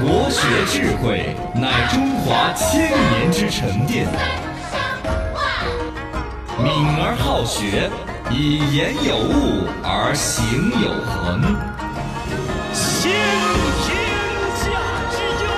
国学智慧乃中华千年之沉淀。敏而好学，以言有物而行有恒。先天下之忧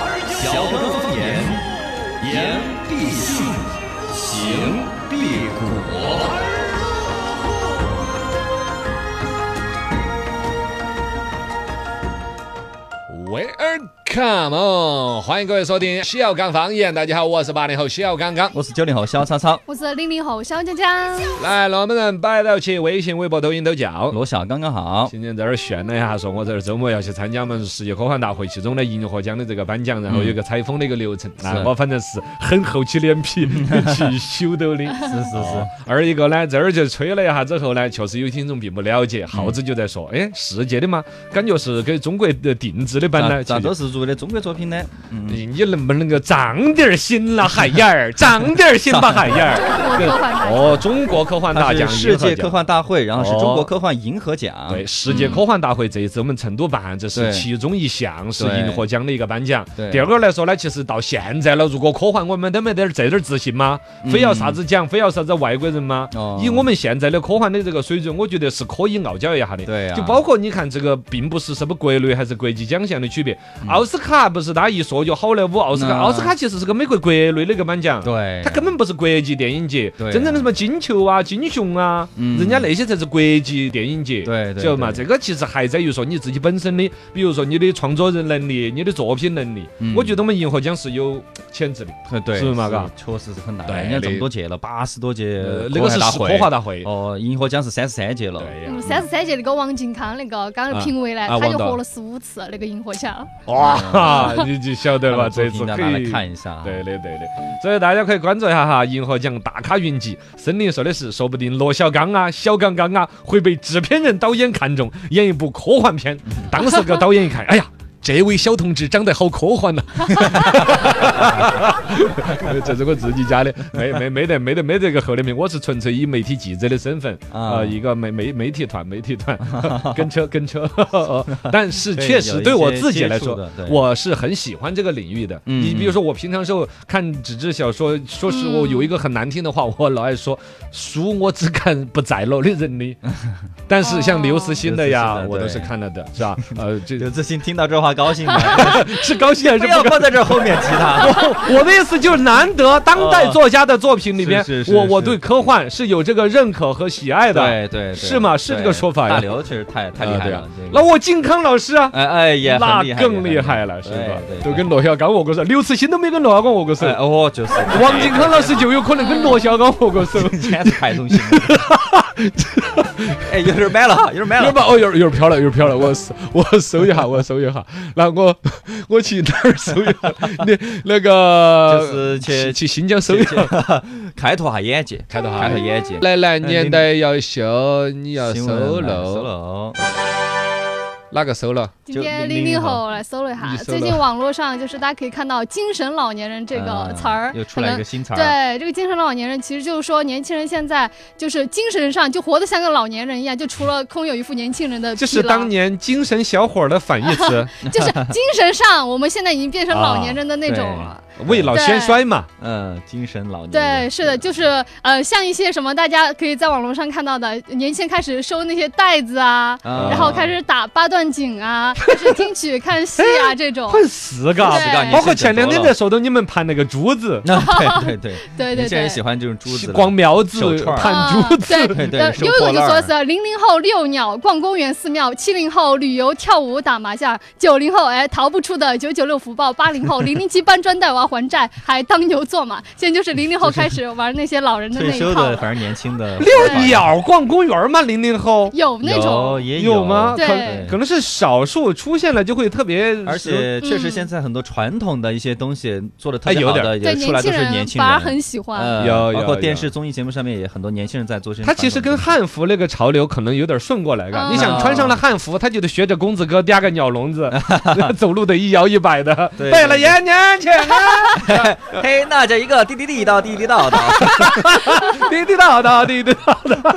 而小忧方言，言必信，行必果。 Welcome on，欢迎各位收听小刚方言。大家好，我是八零后小刚刚。我是九零后小超超，我是零零后小江江，来，龙门阵摆到起，微信、微博、抖音都叫。罗小刚刚好。今天在这儿炫了一下，说我在这儿周末要去参加我们世界科幻大会其中的银河奖的这个颁奖，然后有一个采风的一个流嗯程。啊，我反正是很厚起脸皮 去修到的。是是是。二一个呢，这儿就吹了一下之后呢，确实有听众并不了嗯解，耗子就在说，哎，世界的嘛，感觉是给中国的定制的版呢。咋咋其实都是入的中国作品呢？嗯，你你能不能够长点儿心啦，海燕儿，长点儿心吧，海 燕我科幻大儿。奖哦，中国科幻大它是奖，世界银河科奖。幻大会，然后是中哦国科幻银河奖。对，世界科幻大会这一次我们成都办，这是对其中一项是对银河奖的一个颁奖。对第二个来说呢，其实到现在了，如果科幻我们都没得这点儿自信吗？非要啥子奖，非要啥子外国人吗嗯哦？以我们现在的科幻的这个水准，我觉得是可以傲娇一下的。对啊就包括你看这个，并不是什么国内还是国际奖项的区别。奥斯卡不是他一说就好莱坞奥斯卡，嗯那奥斯卡其实是个美国国内的一个颁奖。对它根本不是国际电影节，对啊真正的什么金球啊、金熊啊，嗯人家那些才是国际电影节，对对晓得嘛？对这个其实还在于说你自己本身的，比如说你的创作人能力、你的作品能力。嗯我觉得我们银河奖是有潜质的，对对，是不是嘛嘎确实是很难。对人家这么多届了，八十多届呃，那个科幻是大是会。科幻大会，哦，银河奖是三十三届了。对呀嗯，三十三届那个王靖康那个刚刚评委呢啊啊，他王就导获了十五次那个银河奖。哇， 你就晓得他吧？嗯们作这品次大可家来以。看一下。啊对的，对的，所以大家可以关注一下哈，银河奖大咖云集。森林说的是，说不定罗小刚啊、小刚刚啊会被制片人、导演看中，演一部科幻 片。当时个导演一看，哎呀。这位小同志长得好科幻呐、啊这是我自己加的，没没没得没得没得个后的名，我是纯粹以媒体记者的身份啊、啊呃一个媒媒媒体团媒体 团跟车跟车，哦但是确实有一对我些自己接来触说的，对我是很喜欢这个领域的。嗯你比如说，我平常时候看纸质小说，说实我嗯有一个很难听的话， 我老爱说书我只看不在了的人的， 但是像刘慈欣的呀我哦刘慈，欣的都对是看了的，是 吧？呃，这刘志新听到这话高 兴吗？是高兴还是不不要高兴？放在这儿后面 提他。我的意思就是，难得当代作家的作品里边哦是是，是我我是对科幻是有这个认可和喜爱的，对对，对是吗是这个说法呀大刘确实太太厉呃害对啊了。这个那我靖康老师啊，哎哎也那很厉害，更也厉很害了，是吧对对？都对跟罗小刚握过手，刘慈欣都没跟罗小刚握过手哎。哦，就是王靖康老师就有可能跟罗小刚握过手，有简直太忠心了。哎，有点满了哈，有点满点了。吧？哦， 有点有点飘了，有点飘了，我搜我搜一下，我搜一下，那我 我去哪儿搜一下？那那个就是去去新疆搜一下。开拓下眼界，开拓下开拓眼界。来来，年代要秀，你要新闻搜来漏，搜哪个搜了？今天就零00零后后来搜了一你下，搜最了近网络上就是大家可以看到“精神老年人”这个词儿，啊又出可来能一个新词儿。，对，这个精神老年人其实就是说，年轻人现在就是精神上就活得像个老年人一样，就除了空有一副年轻人的疲这是劳，当年精神小伙儿的反义 词，就是精神上，我们现在已经变成老年人的那种啊了。未老先衰嘛。嗯，精神老年人。对，是的，就是呃，像一些什么，大家可以在网络上看到的，年轻人开始收那些袋子啊，啊然后开始打八段锦啊，开始听曲、看戏 啊这种。换四个，对对包括前两天在说到你们盘那个珠子， 那对对 对，对对年轻人对。喜欢这种珠子了。逛庙子手串儿哦盘珠子，对对对呃手悠悠破就烂说儿是零零后遛鸟、逛公园、寺庙；七零后旅游、跳舞、打麻将；九零后哎逃不出的九九六福报；八 零后零零七搬砖带娃还债，还当牛做马。现在就是零零后开始玩那些老人的那退一休套的，了，反正年轻的。遛鸟逛公园嘛，零零后有那有种也有吗？对可可能是少数出现了就会特别，呃而且确实嗯现在很多传统的一些东西做的特哎别有好点儿的，对也出来都年轻是年人轻反而人。很喜欢。呃，有包有括有电视综艺节目上面也很多年轻人在做这些它传统的东其西。实跟汉服那个潮流可能有点顺过来的。嗯你想穿上了汉服，他就得学 着公子哥叼个鸟笼子，走路得一摇一摆的，对为了爷娘请啊，嘿，那这一个滴滴滴到滴滴 到到，滴滴答答，滴滴答答。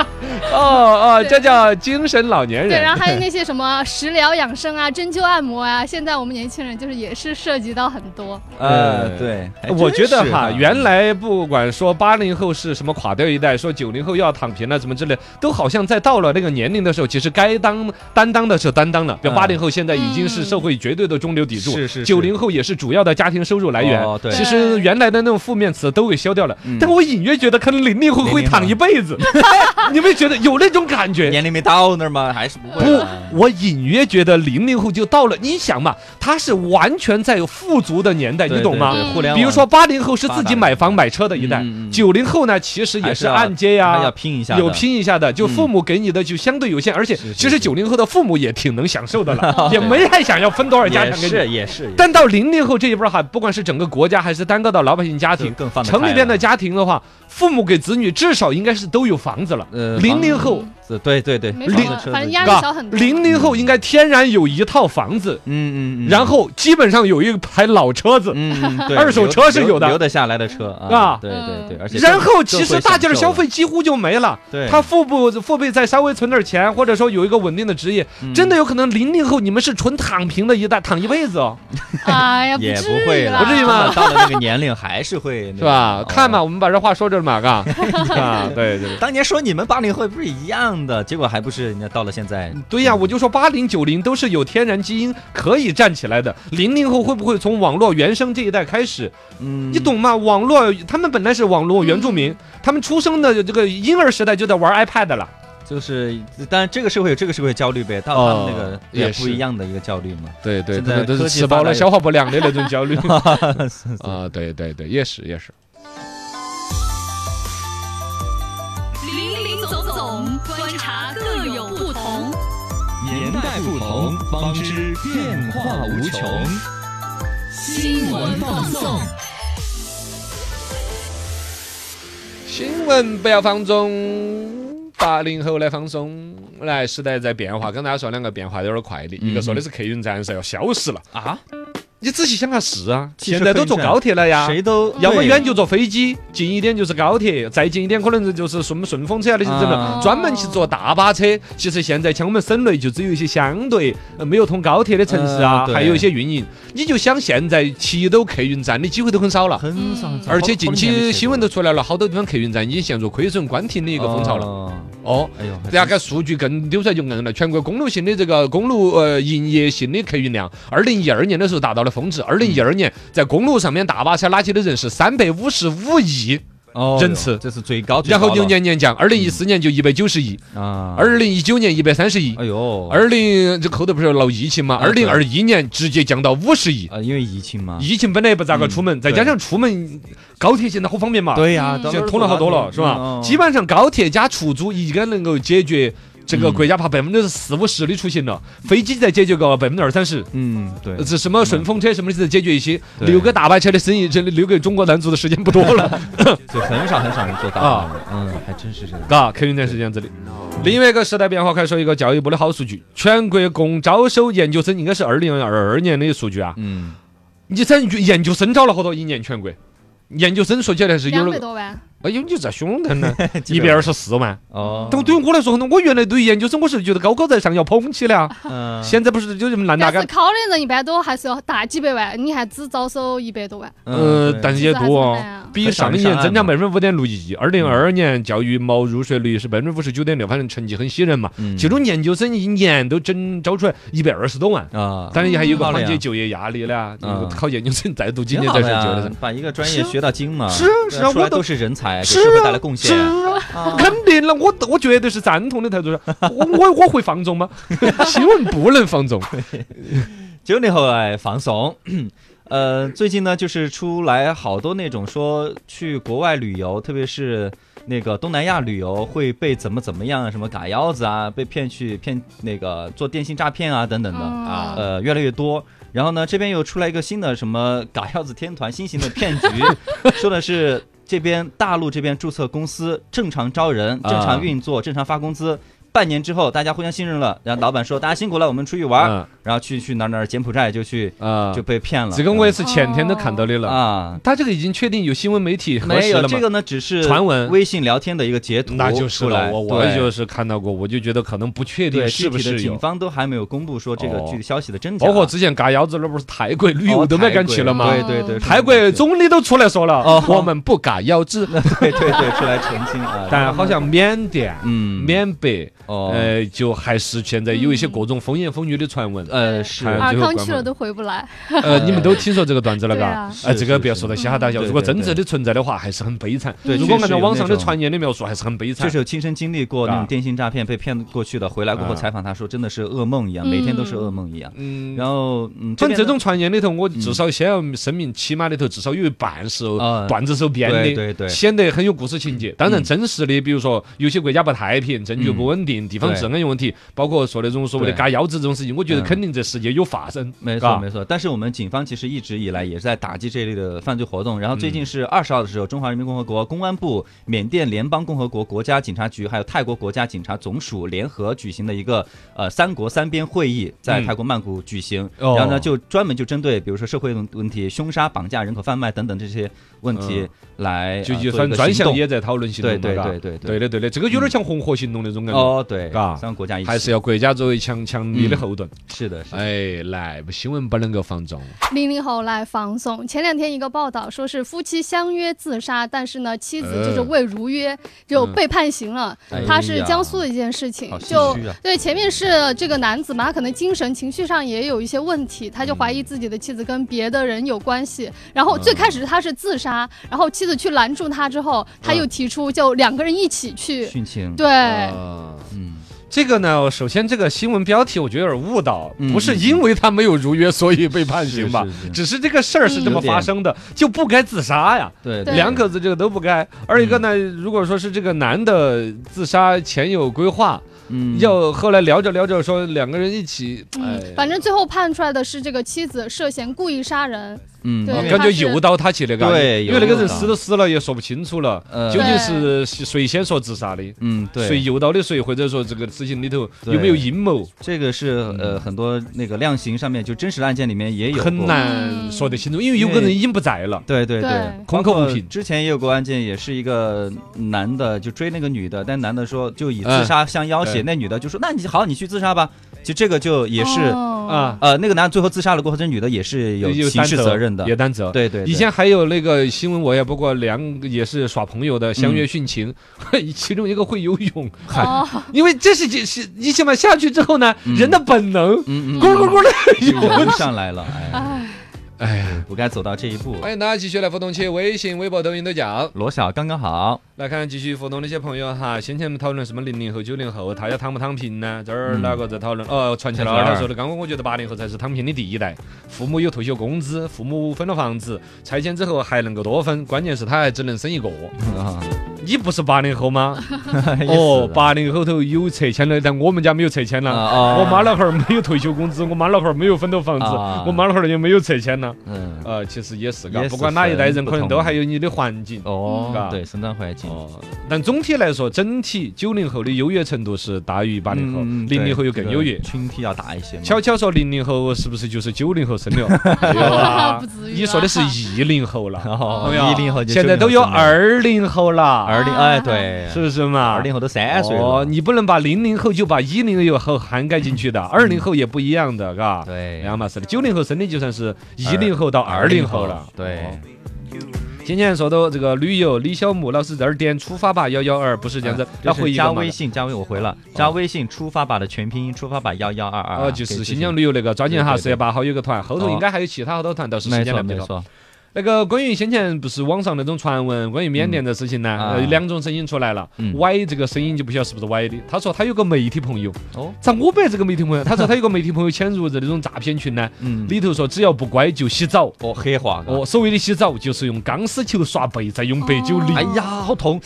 哦哦，这叫精神老年对，人然。后还有那些什么食疗养生啊、针灸按摩啊，现在我们年轻人就是也是涉及到很 多。呃，对，还我觉真得是哈，原来不管说八零后是什么垮掉一代，说九零后又要躺平了什么之类，都好像在到了那个年龄的时候，其实该当担当的时候担当了。比如嗯八零后现在已经是嗯社会绝对的中流砥柱，是是是九零后也是主要的家庭收入来源。哦对其实原来的那种负面词都给消掉了，嗯但我隐约觉得可能零零后会00后躺一辈子， 你们觉得有那种感觉？年龄没到那儿吗？还是不会不吧，我隐约觉得零零后就到了。你想嘛，他是完全在富足的年代，对你懂对吗？对互联网比如说八零后是自发达己的买房买车的一代嗯嗯嗯，九零后呢其实也还是要按揭呀还要。拼一下的，嗯有拼一下的，就父母给你的就相对有限，而且是是其实是九零后的父母也挺能享受的了， 也对没太想要分多少家也产给是你。也是，但到零零后这一辈儿哈，不管是整个国家还是单个的老百姓家就庭，更放得城开里边了的家庭的话，父母给子女至少应该是都有房子了。呃零零房后子对对对，没房什子么，车子反正压力嘎小很多。啊零零后应该天然有一套房子，嗯嗯嗯，然后基本上有一台老车子，嗯嗯对， 二手留车是有的留得下来的车啊啊，对对嗯对，而且然后更其实大家的消，更会享费几乎就没了。受对，他父母父辈再稍微存点钱，或者说有一个稳定的职业，嗯真的有可能零零后你们是纯躺平的一代，躺一辈子哦，嗯哎呀，也至不会于了啦，不至于吗 到了那个年龄还是会那是吧个？哦看嘛，。我们把这话说这儿嘛， 嘎，啊，对对对。当年说你们八零后不是一样的，结果还不是人家到了现在，对呀、我就说八零九零都是有天然基因可以站起来的，零零后会不会从网络原生这一代开始？嗯，你懂吗？网络他们本来是网络原住民，他们出生的这个婴儿时代就在玩 iPad 了。就是，但这个社会有这个社会焦虑呗，到他们那哦个也不是一样的一个焦虑嘛。对对，现可在能都科是技吃饱发达了有消化不良的那种焦 虑啊，对对对，也是也是。林林总总，观察各有不同。年代不同，方知变化无穷。新闻放送。新闻不要放纵，八零后来放松。来，时代在变化，跟大家说两个变化有点快的，一个说的是客运站是要消失了啊，嗯你仔细想想是啊，其实现在都坐高铁了啊呀。谁都要么对远就坐飞机，近一点就是高铁，再近一点可能就是顺顺风车啊那些等啊等，专门去坐大巴车。其实现在像我们省内就只有一些相对呃没有通高铁的城市啊呃，对还有一些运营。你就想现在齐州客运站的机会都很少了。很少，嗯好而且近好多年期没新闻都出来了，好多地方客运站已经陷入亏损关停的一一个风潮了。了。哦，哎呦，还大概数据更丢出来就硬呃了。全国公路性的这个公路呃营业性的客运量，二零一二年的时候达到了峰值。二零一二年在公路上面大巴车拉起的人是三百五十五亿，哦人次这是最高，最然后高就了年年降。二零一四年就一百九十亿，啊，二零一九年一百三十亿，哎呦，二零这后头不是闹疫情嘛？啊二对零二一年直接降到五十亿。啊，因为疫情嘛，疫情本来也不咋个出门，再对加上出门高铁现在好方便嘛，对呀，嗯到现那在儿通了好多了，嗯是吧？基本上高铁加出租已经能够解决这个国家怕百分之四五十的出行了，飞机再解决个百分之二三十。嗯，对，是什么顺风车什么的解决一些，对留给大巴车的生意，这留给中国男足的时间不多 了，就很少很少人做大啊了，嗯，还真是这样。嘎，客运站是这样子的。另外一个时代变化，还说一个教育部的好数据，全国共招收研究生应该是二零二二年的数据啊，嗯，你才研究生招了好多一年全国，研究生说起来还是有两百了，多万，哎呦你咋胸疼 呢？一百二十四万，哦，但对于我来说，可能我原来对于研究生我是觉得高高在上要捧起来啊，嗯，现在不是有这么烂大但是杆，考的人一般都还是要大几百万，你还只招收一百多万，呃，嗯对嗯但是也其实多还是很难哦啊，比上一年增长百分之五点六一。二零二二年教育毛入学率是百分之五十九点六，反正成绩很喜人嘛。嗯其中研究生一年都整招出来一百二十多万，啊，当然还有一个缓好了解呀就业压力啦。嗯啊考研究生再读几挺年好再的是就呀业，把一个专业学到精嘛，是对是啊出来我都都是人才，给是社会啊带来贡是献。啊，肯定了，我我绝对是赞同的态度上。我我我会放纵 吗？ 新闻不能放纵。九零后爱放松。 呃，最近呢，就是出来好多那种说去国外旅游，特别是那个东南亚旅游会被怎么怎么样，什么嘎腰子啊，被骗去骗那个做电信诈骗啊等等的嗯啊，呃，越来越多。然后呢，这边又出来一个新的什么嘎腰子天团新型的骗局，说的是这边大陆这边注册公司正常招人、正常运作、正常发工资，半年之后大家互相信任了，然后老板说大家辛苦了，我们出去玩儿，嗯然后去去哪儿哪儿柬埔寨就去、啊就，被骗了。这个我也是前天都看到的嗯了。啊，他这个已经确定有新闻媒体核没实有了这嘛？个呢，只是传闻微信聊天的一个截图出来，那就是了，我我对就是看到过，我就觉得可能不确定对是不具体的是警有。方都还没有公布说这个哦具体消息的真假，包括之前嘎腰子那不是泰国旅游哦都没敢去了吗？对对对，泰国总理都出来说了哦，我们不嘎腰子。对对对，出来澄清啊。但好像缅甸、嗯，缅北，哦呃，就还是现在有一些各种风言风语的传闻。呃是看尔最后康关去了门都回不来。呃，你们都听说这个段子了，对嘎啊？哎，是这个是不要是说到嘻哈大笑，对如果对真对正的存在的话，还是很悲惨。对如果确按实照有网那上的种传言的描述，还是很悲惨就是。有亲身经历过那种电信诈骗被骗过去的，回来过后啊采访他说，真的是噩梦一样，每天都是噩梦一样。嗯，然后，嗯，反正这边呢种传言里头，我至少先要声明，起码里头至少有一半是啊段子手编的，对对嗯对显得很有故事情节。当然，真实的，比如说有些国家不太平，政局不稳定，地方对治安有问题，包括说那种所谓的嗯对嘎腰子这种事情，我觉得嗯肯定这世界有发生，没嘎错没错，但是我们警方其实一直以来也是在打击这类的犯罪活动。然后最嗯近是二十号的时候，中华人民共和国公安部、缅甸联邦共和国国家警察局还有泰国国家警察总署联合举行的一个呃三国三边会议，在嗯泰国曼谷举行。哦然后呢，就专门就针对比如说社会问问题、凶杀、绑架、人口贩卖等等这些问题来嗯就呃就做一反个正专行项动也在讨论行动嘛，对对嘎对对对对的对的，这个有点像红河行动那种感觉，哦，嗯对，嘎三个国家一起还是要国家作为强强力的后盾。是的，是的。哎，来，新闻不能够放纵，零零后来放松。前两天一个报道说是夫妻相约自杀，但是呢，妻哎子就是未如约就被判刑了。嗯他是江苏的一件事情，好心就虚啊对前面是这个男子嘛，他可能精神情绪上也有一些问题，他就怀疑自己的妻子跟别的人有关系。然后最开始他是自杀，嗯然后妻子去拦住他之后，他又提出就两个人一起去，殉情，对，啊。嗯，这个呢，首先这个新闻标题我觉得有点误导，嗯不是因为他没有如约所以被判刑吧是嗯是是？只是这个事儿是这么发生的，就不该自杀呀。对对两口子这个都不该。二一个呢，嗯如果说是这个男的自杀前有规划，嗯要后来聊着聊着说两个人一起，哎嗯，，反正最后判出来的是这个妻子涉嫌故意杀人。嗯对因为感觉诱导他去那个，对因为那个人诱导死都死了也说不清楚了，呃究竟是谁先说自杀的，嗯对，谁诱导的谁，或者说这个事情里头有没对有阴谋？这个是呃很多那个量刑上面就真实案件里面也有很过。难说得清楚，因为有个人已经不在了。对对对空口无凭之前也有过案件，也是一个男的就追那个女的，但男的说就以自杀相要挟，嗯那女的就说那你好，你去自杀吧。其实这个就也是、哦啊，呃那个男的最后自杀了过后，这女的也是有刑担事责任的。也担责。对对对以前还有那个新闻，我也报过，两个也是耍朋友的嗯相约殉情， 其中一个会游泳，哦， 因为这是是你想嘛下去之后呢，嗯人的本能，嗯嗯，咕噜咕噜咕噜就涌上来了，哎，哎，哎呀，不该走到这一步。欢迎大家继续来互动，去微信、微博、抖音都讲。罗小刚刚好，来看继续互动的一些朋友哈，先前我们讨论什么零零后、九零后，大家躺不躺平呢？这嗯儿哪个在讨论？哦，传奇老二他说的，刚刚我觉得八零后才是躺平的第一代，父母有退休工资，父母分了房子，拆迁之后还能够多分，关键是他还只能生一个。 啊你不是八零后 吗？哎哦，八零后头有拆迁了，但我们家没有拆啊迁了。我我妈老汉儿没有退休工资，我妈老汉儿没有分到房子，啊我妈老汉儿也没有拆迁呢。嗯呃，其实也是嘎，也不是管哪一代人，很可能不同都还有你的环境。哦嗯，对，生长环境，哦，但总体来说，整体九零后的优越程度是大于八零后，嗯零零后又更优越。群体要大一些嘛。巧巧说零零后是不是就是九零后生的？ 没有啊 不至于你说的是一零后了，然 后朋友哦一零后就现在都哦有90后了二零后了，二零，哎，对，是不啊是嘛？二零后都三岁哦了，，你不能把零零后就把一零后涵盖进嗯去的，二零后也不一样的，嘎。对两码事的。九零后生的就算是一零后到二零后了。对哦。今天说到这个旅游，李小木老师在这儿点出发吧幺幺二，不是这样子，啊就要是回一加个嘛微。信，加微我回了，加微信出发吧的全拼音出发吧幺幺二啊二，哦，就是新疆旅游那个，抓紧哈，对对十月八号有个团，后头哦应该还有其他好多团，到时没时间来错不没及了。错，那个关于先前不是网上那种传闻，关于缅甸的事情呢，嗯啊呃两种声音出来了。嗯歪这个声音就不晓得是不是歪的。他说他有个媒体朋友，哦，咋我没这个媒体朋友？他说他有个媒体朋友潜入这种诈骗群呢，嗯，里头说只要不乖就洗澡。哦黑话，哦，，所谓的洗澡就是用钢丝球刷背，再用白酒淋。哎呀，好痛，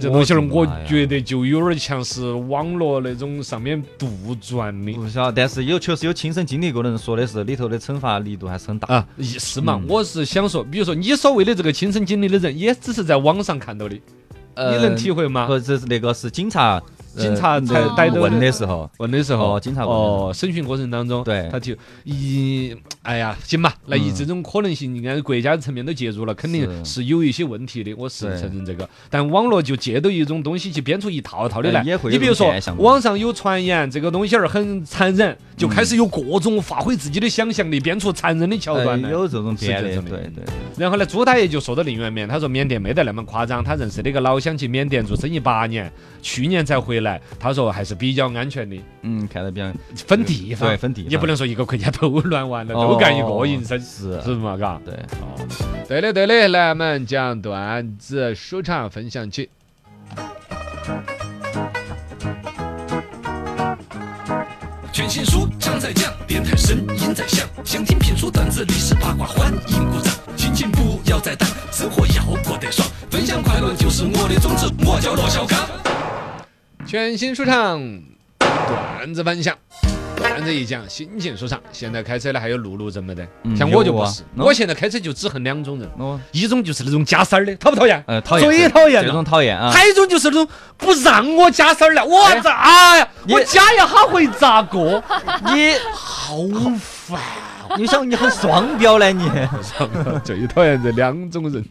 这东西儿我我的妈呀觉得就有点像是网络那种上面杜撰的。不晓得，但是有确实有亲身经历过的人说的是里头的惩罚力度还是很大，啊，也是嘛，嗯我是想说，比如说你所谓的这个亲身经历的人，也只是在网上看到的，你呃能体会吗？不，这是那个是警察呃警察才那逮个到问的时候，问的时候，哦警察问的时候哦，审讯过程当中，对他就一，哎呀，行吧，那以嗯这种可能性，应该国家层面都介入了，肯定是是有一些问题的，我是对承认这个。但网络就借到一种东西去编出一套套的哎来也会，有你比如这种说现象网上有传言这个东西儿很残忍，就开嗯始有各种发挥自己的想象力，编出残忍的桥段哎来。有这种编是的，这种对的对，然后呢，朱大爷就说到另一面，他说缅甸没得那么夸张，他认识的一个老乡去缅甸做生意八年，去年才回来，他说还是比较安全的，嗯，看得比较分地方对，。分地方也不能说一个国家都乱完了，哦都干一个营生，是是嘛？嘎，对。哦，对的对的，来我们讲段子，舒畅分享起。全新书唱在酱，电台声音在响，想听评书、段子、历史八卦，欢迎鼓掌。心情不要再淡，生活要过得爽，分享快乐就是我的宗旨。我叫罗小刚。全新舒畅，段子分享。段子一讲，心情舒畅。现在开车呢，还有路路人没得？嗯像我就不有啊是，喏我现在开车就只恨两种人，那我一种就是那种加塞儿的，讨不讨厌？呃讨厌最这讨厌这了种讨厌啊，还有一种就是那种不让我加塞儿了，我哎咋哎呀？你我加一下会咋 个？你好烦。你想你很双标嘞你， 最讨厌这两种人。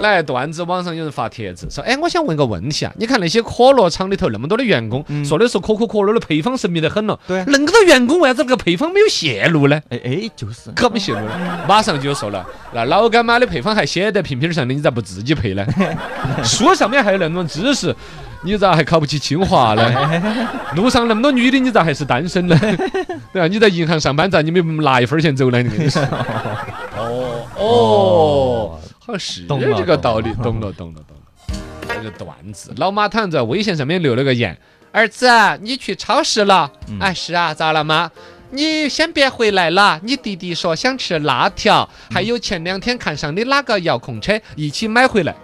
来，段子网上有人发帖子说：“哎，我想问个问题啊，你看那些可乐厂里头那么多的员工，嗯说的是可口可乐的配方神秘得很了，对恁个多员工为啥子那个配方没有泄露呢？哎哎就是，可没泄露了，马上就有说了，那老干妈的配方还写在瓶瓶上的，你咋不自己配呢？书上面还有那么多知识，你咋还考不起清华呢？路上那么多女的，你咋还是单身呢？ 对吧？啊你在银行上班咋你没拿一分钱走呢？你 哦哦，好像是懂了这个道 理，懂了懂了懂了。这个段子，老马躺在微信上面留了个言：“儿子，你去超市了？”“嗯哎，是啊，咋了妈？”你先别回来了，你弟弟说想吃辣条，还有前两天看上的哪个遥控车，一起买回来。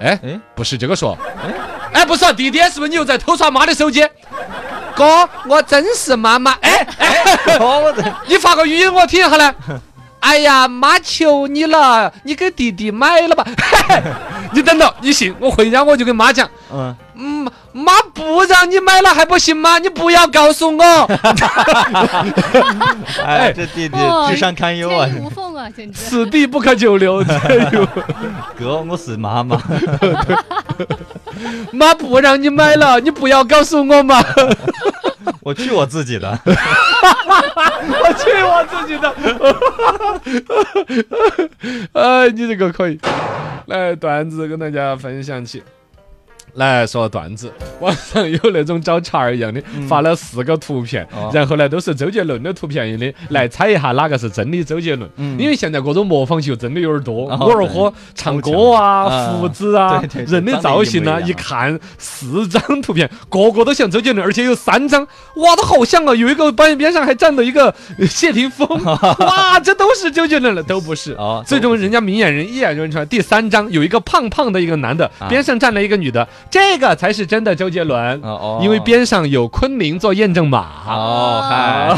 哎哎，不是这个说，嗯哎，不是啊弟弟，是不是你又在偷刷妈的手机？哥，我真是妈妈，哎哎，哦我这你发个语音我听一下 来。哎呀，妈求你了，你给弟弟买了吧。 你等到，你信，我回家我就跟妈讲，嗯嗯，妈不让你买了还不行吗？你不要告诉 我。哎这弟弟哦智商堪忧 啊天，衣无缝啊，简直。此地不可久留。哥我是妈妈， 妈不让你买了，你不要告诉我嘛。我去我自己的， 我去我自己的。 哎，你这个可以。来，段子跟大家分享起。来说段子， 网上有那种找茬儿一样的，发了四个图片，嗯哦然后呢都是周杰伦的图片一的，来猜一下哪个是真的周杰伦。嗯因为现在各种模仿秀真的有点多，哦我二货唱歌啊、对胡子啊 对对、对 人的造型啊，长得一模一样啊一看四张图片，个个都像周杰伦，而且有三张，哇，都好像啊！有一个边边上还站着一个呃谢霆 锋，哇，这都是周杰伦了，都不是。哦啊最终人家明眼人一眼认出来，第三张有一个胖胖的一个男的啊，边上站了一个女的，这个才是真的周杰伦哦，哦因为边上有昆凌做验证码。哦嗨，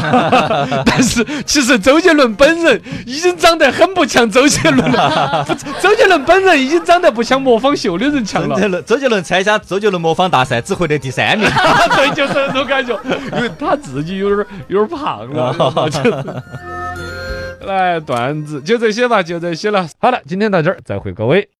但是其实周杰伦本人已经长得很不像周杰伦了，不周杰伦本人已经长得不像模仿秀的人强周了杰。伦周杰伦参加周杰伦模仿大赛只获得第三名， 对，就是那种感觉，因为他自己有点儿有点儿胖了然后 就是。来，段子就这些吧，就这些了。好了，今天到这儿，再会各位。